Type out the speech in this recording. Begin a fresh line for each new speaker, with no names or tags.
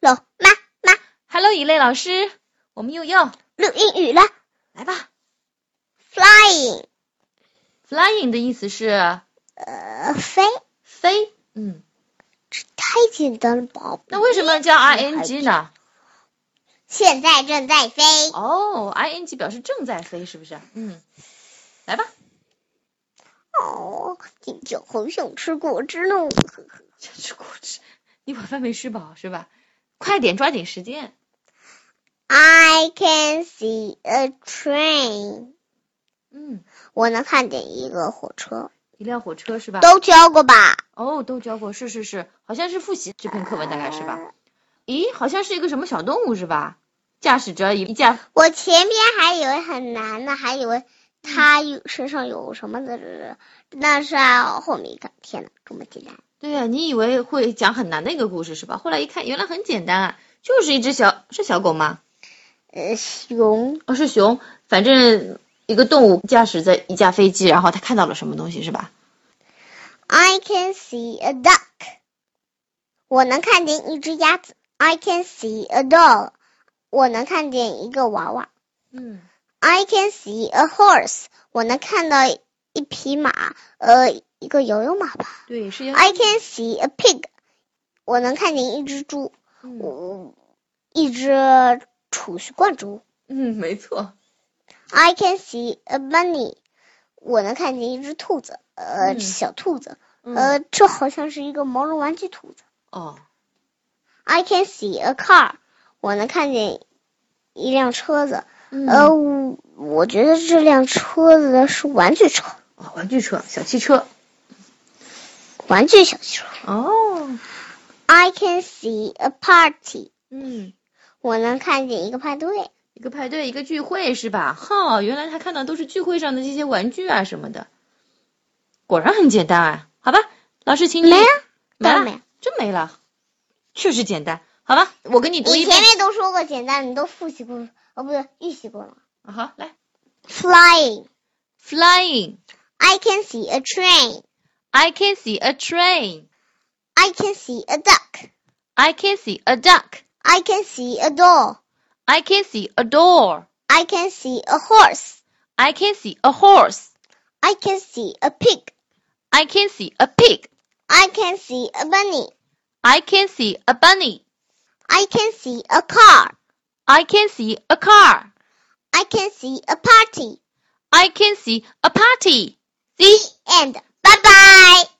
喽妈妈
Hello，一类老师，我们又要
录英语了
来吧。
，flying，
Flying 的意思是
呃，飞，
飞，嗯，
这太简单了，宝贝。
那为什么叫 ing 呢？
现在正在飞
哦，ing 表示正在飞，是不是？嗯，来吧，
哦，今天好想吃果汁呢。
想吃果汁，你晚饭没吃饱是吧？快点，抓紧时间。
I can see a train，
嗯，
我能看见一个火车，
一辆火车是吧？
都教过吧？
哦，都教过，是是是，好像是复习这篇课文，大概是吧？
呃
咦，好像是一个什么小动物是吧？驾驶着一架
我前面还以为很难呢，还以为它有身上有什么的，但是啊，后面一看，天哪，这么简单！
对呀、你以为会讲很难的一个故事是吧？后来一看，原来很简单啊，就是一只小是小狗吗？
呃，熊
哦，是熊，反正一个动物驾驶着一架飞机，然后它看到了什么东西是吧？
，I can see a duck，我能看见一只鸭子。I can see a doll，我能看见一个娃娃。
嗯，
I can see a horse，我能看到一匹马，呃，一个游泳马吧。
对，是因为
I can see a pig，我能看见一只猪，
嗯
我一只储蓄罐猪。
嗯，没错，
I can see a bunny，我能看见一只兔子，呃，
嗯
小兔子，
嗯
呃，这好像是一个毛绒玩具兔子。
哦，
I can see a car，我能看见一辆车子，
嗯
呃，我我觉得这辆车子是玩具车，
哦，玩具车，小汽车，
玩具小汽车。
哦，
I can see a party，
嗯，
我能看见一个派对。
一个派对，一个聚会是吧？哈、原来他看到都是聚会上的这些玩具啊什么的，果然很简单啊，好吧，老师请你
没啊，
没
当然
了
没有。
真没了，确实简单。好吧，我给你读
你
一遍
前。面都说过简单，你都复习过，哦，不对，预习过了。
啊好，来
Flying,
，Flying,
I can see a train.
I can see a train,
I can see a duck.
I can see a duck,
I can see a doll.
I can see a door,
I can see a horse.
I can see a horse,
I can see a pig.
I can see a pig,
I can see a bunny.
I can see a bunny,
I can see a car.
I can see a car,
I can see a party.
I can see a party.
The end. Bye bye.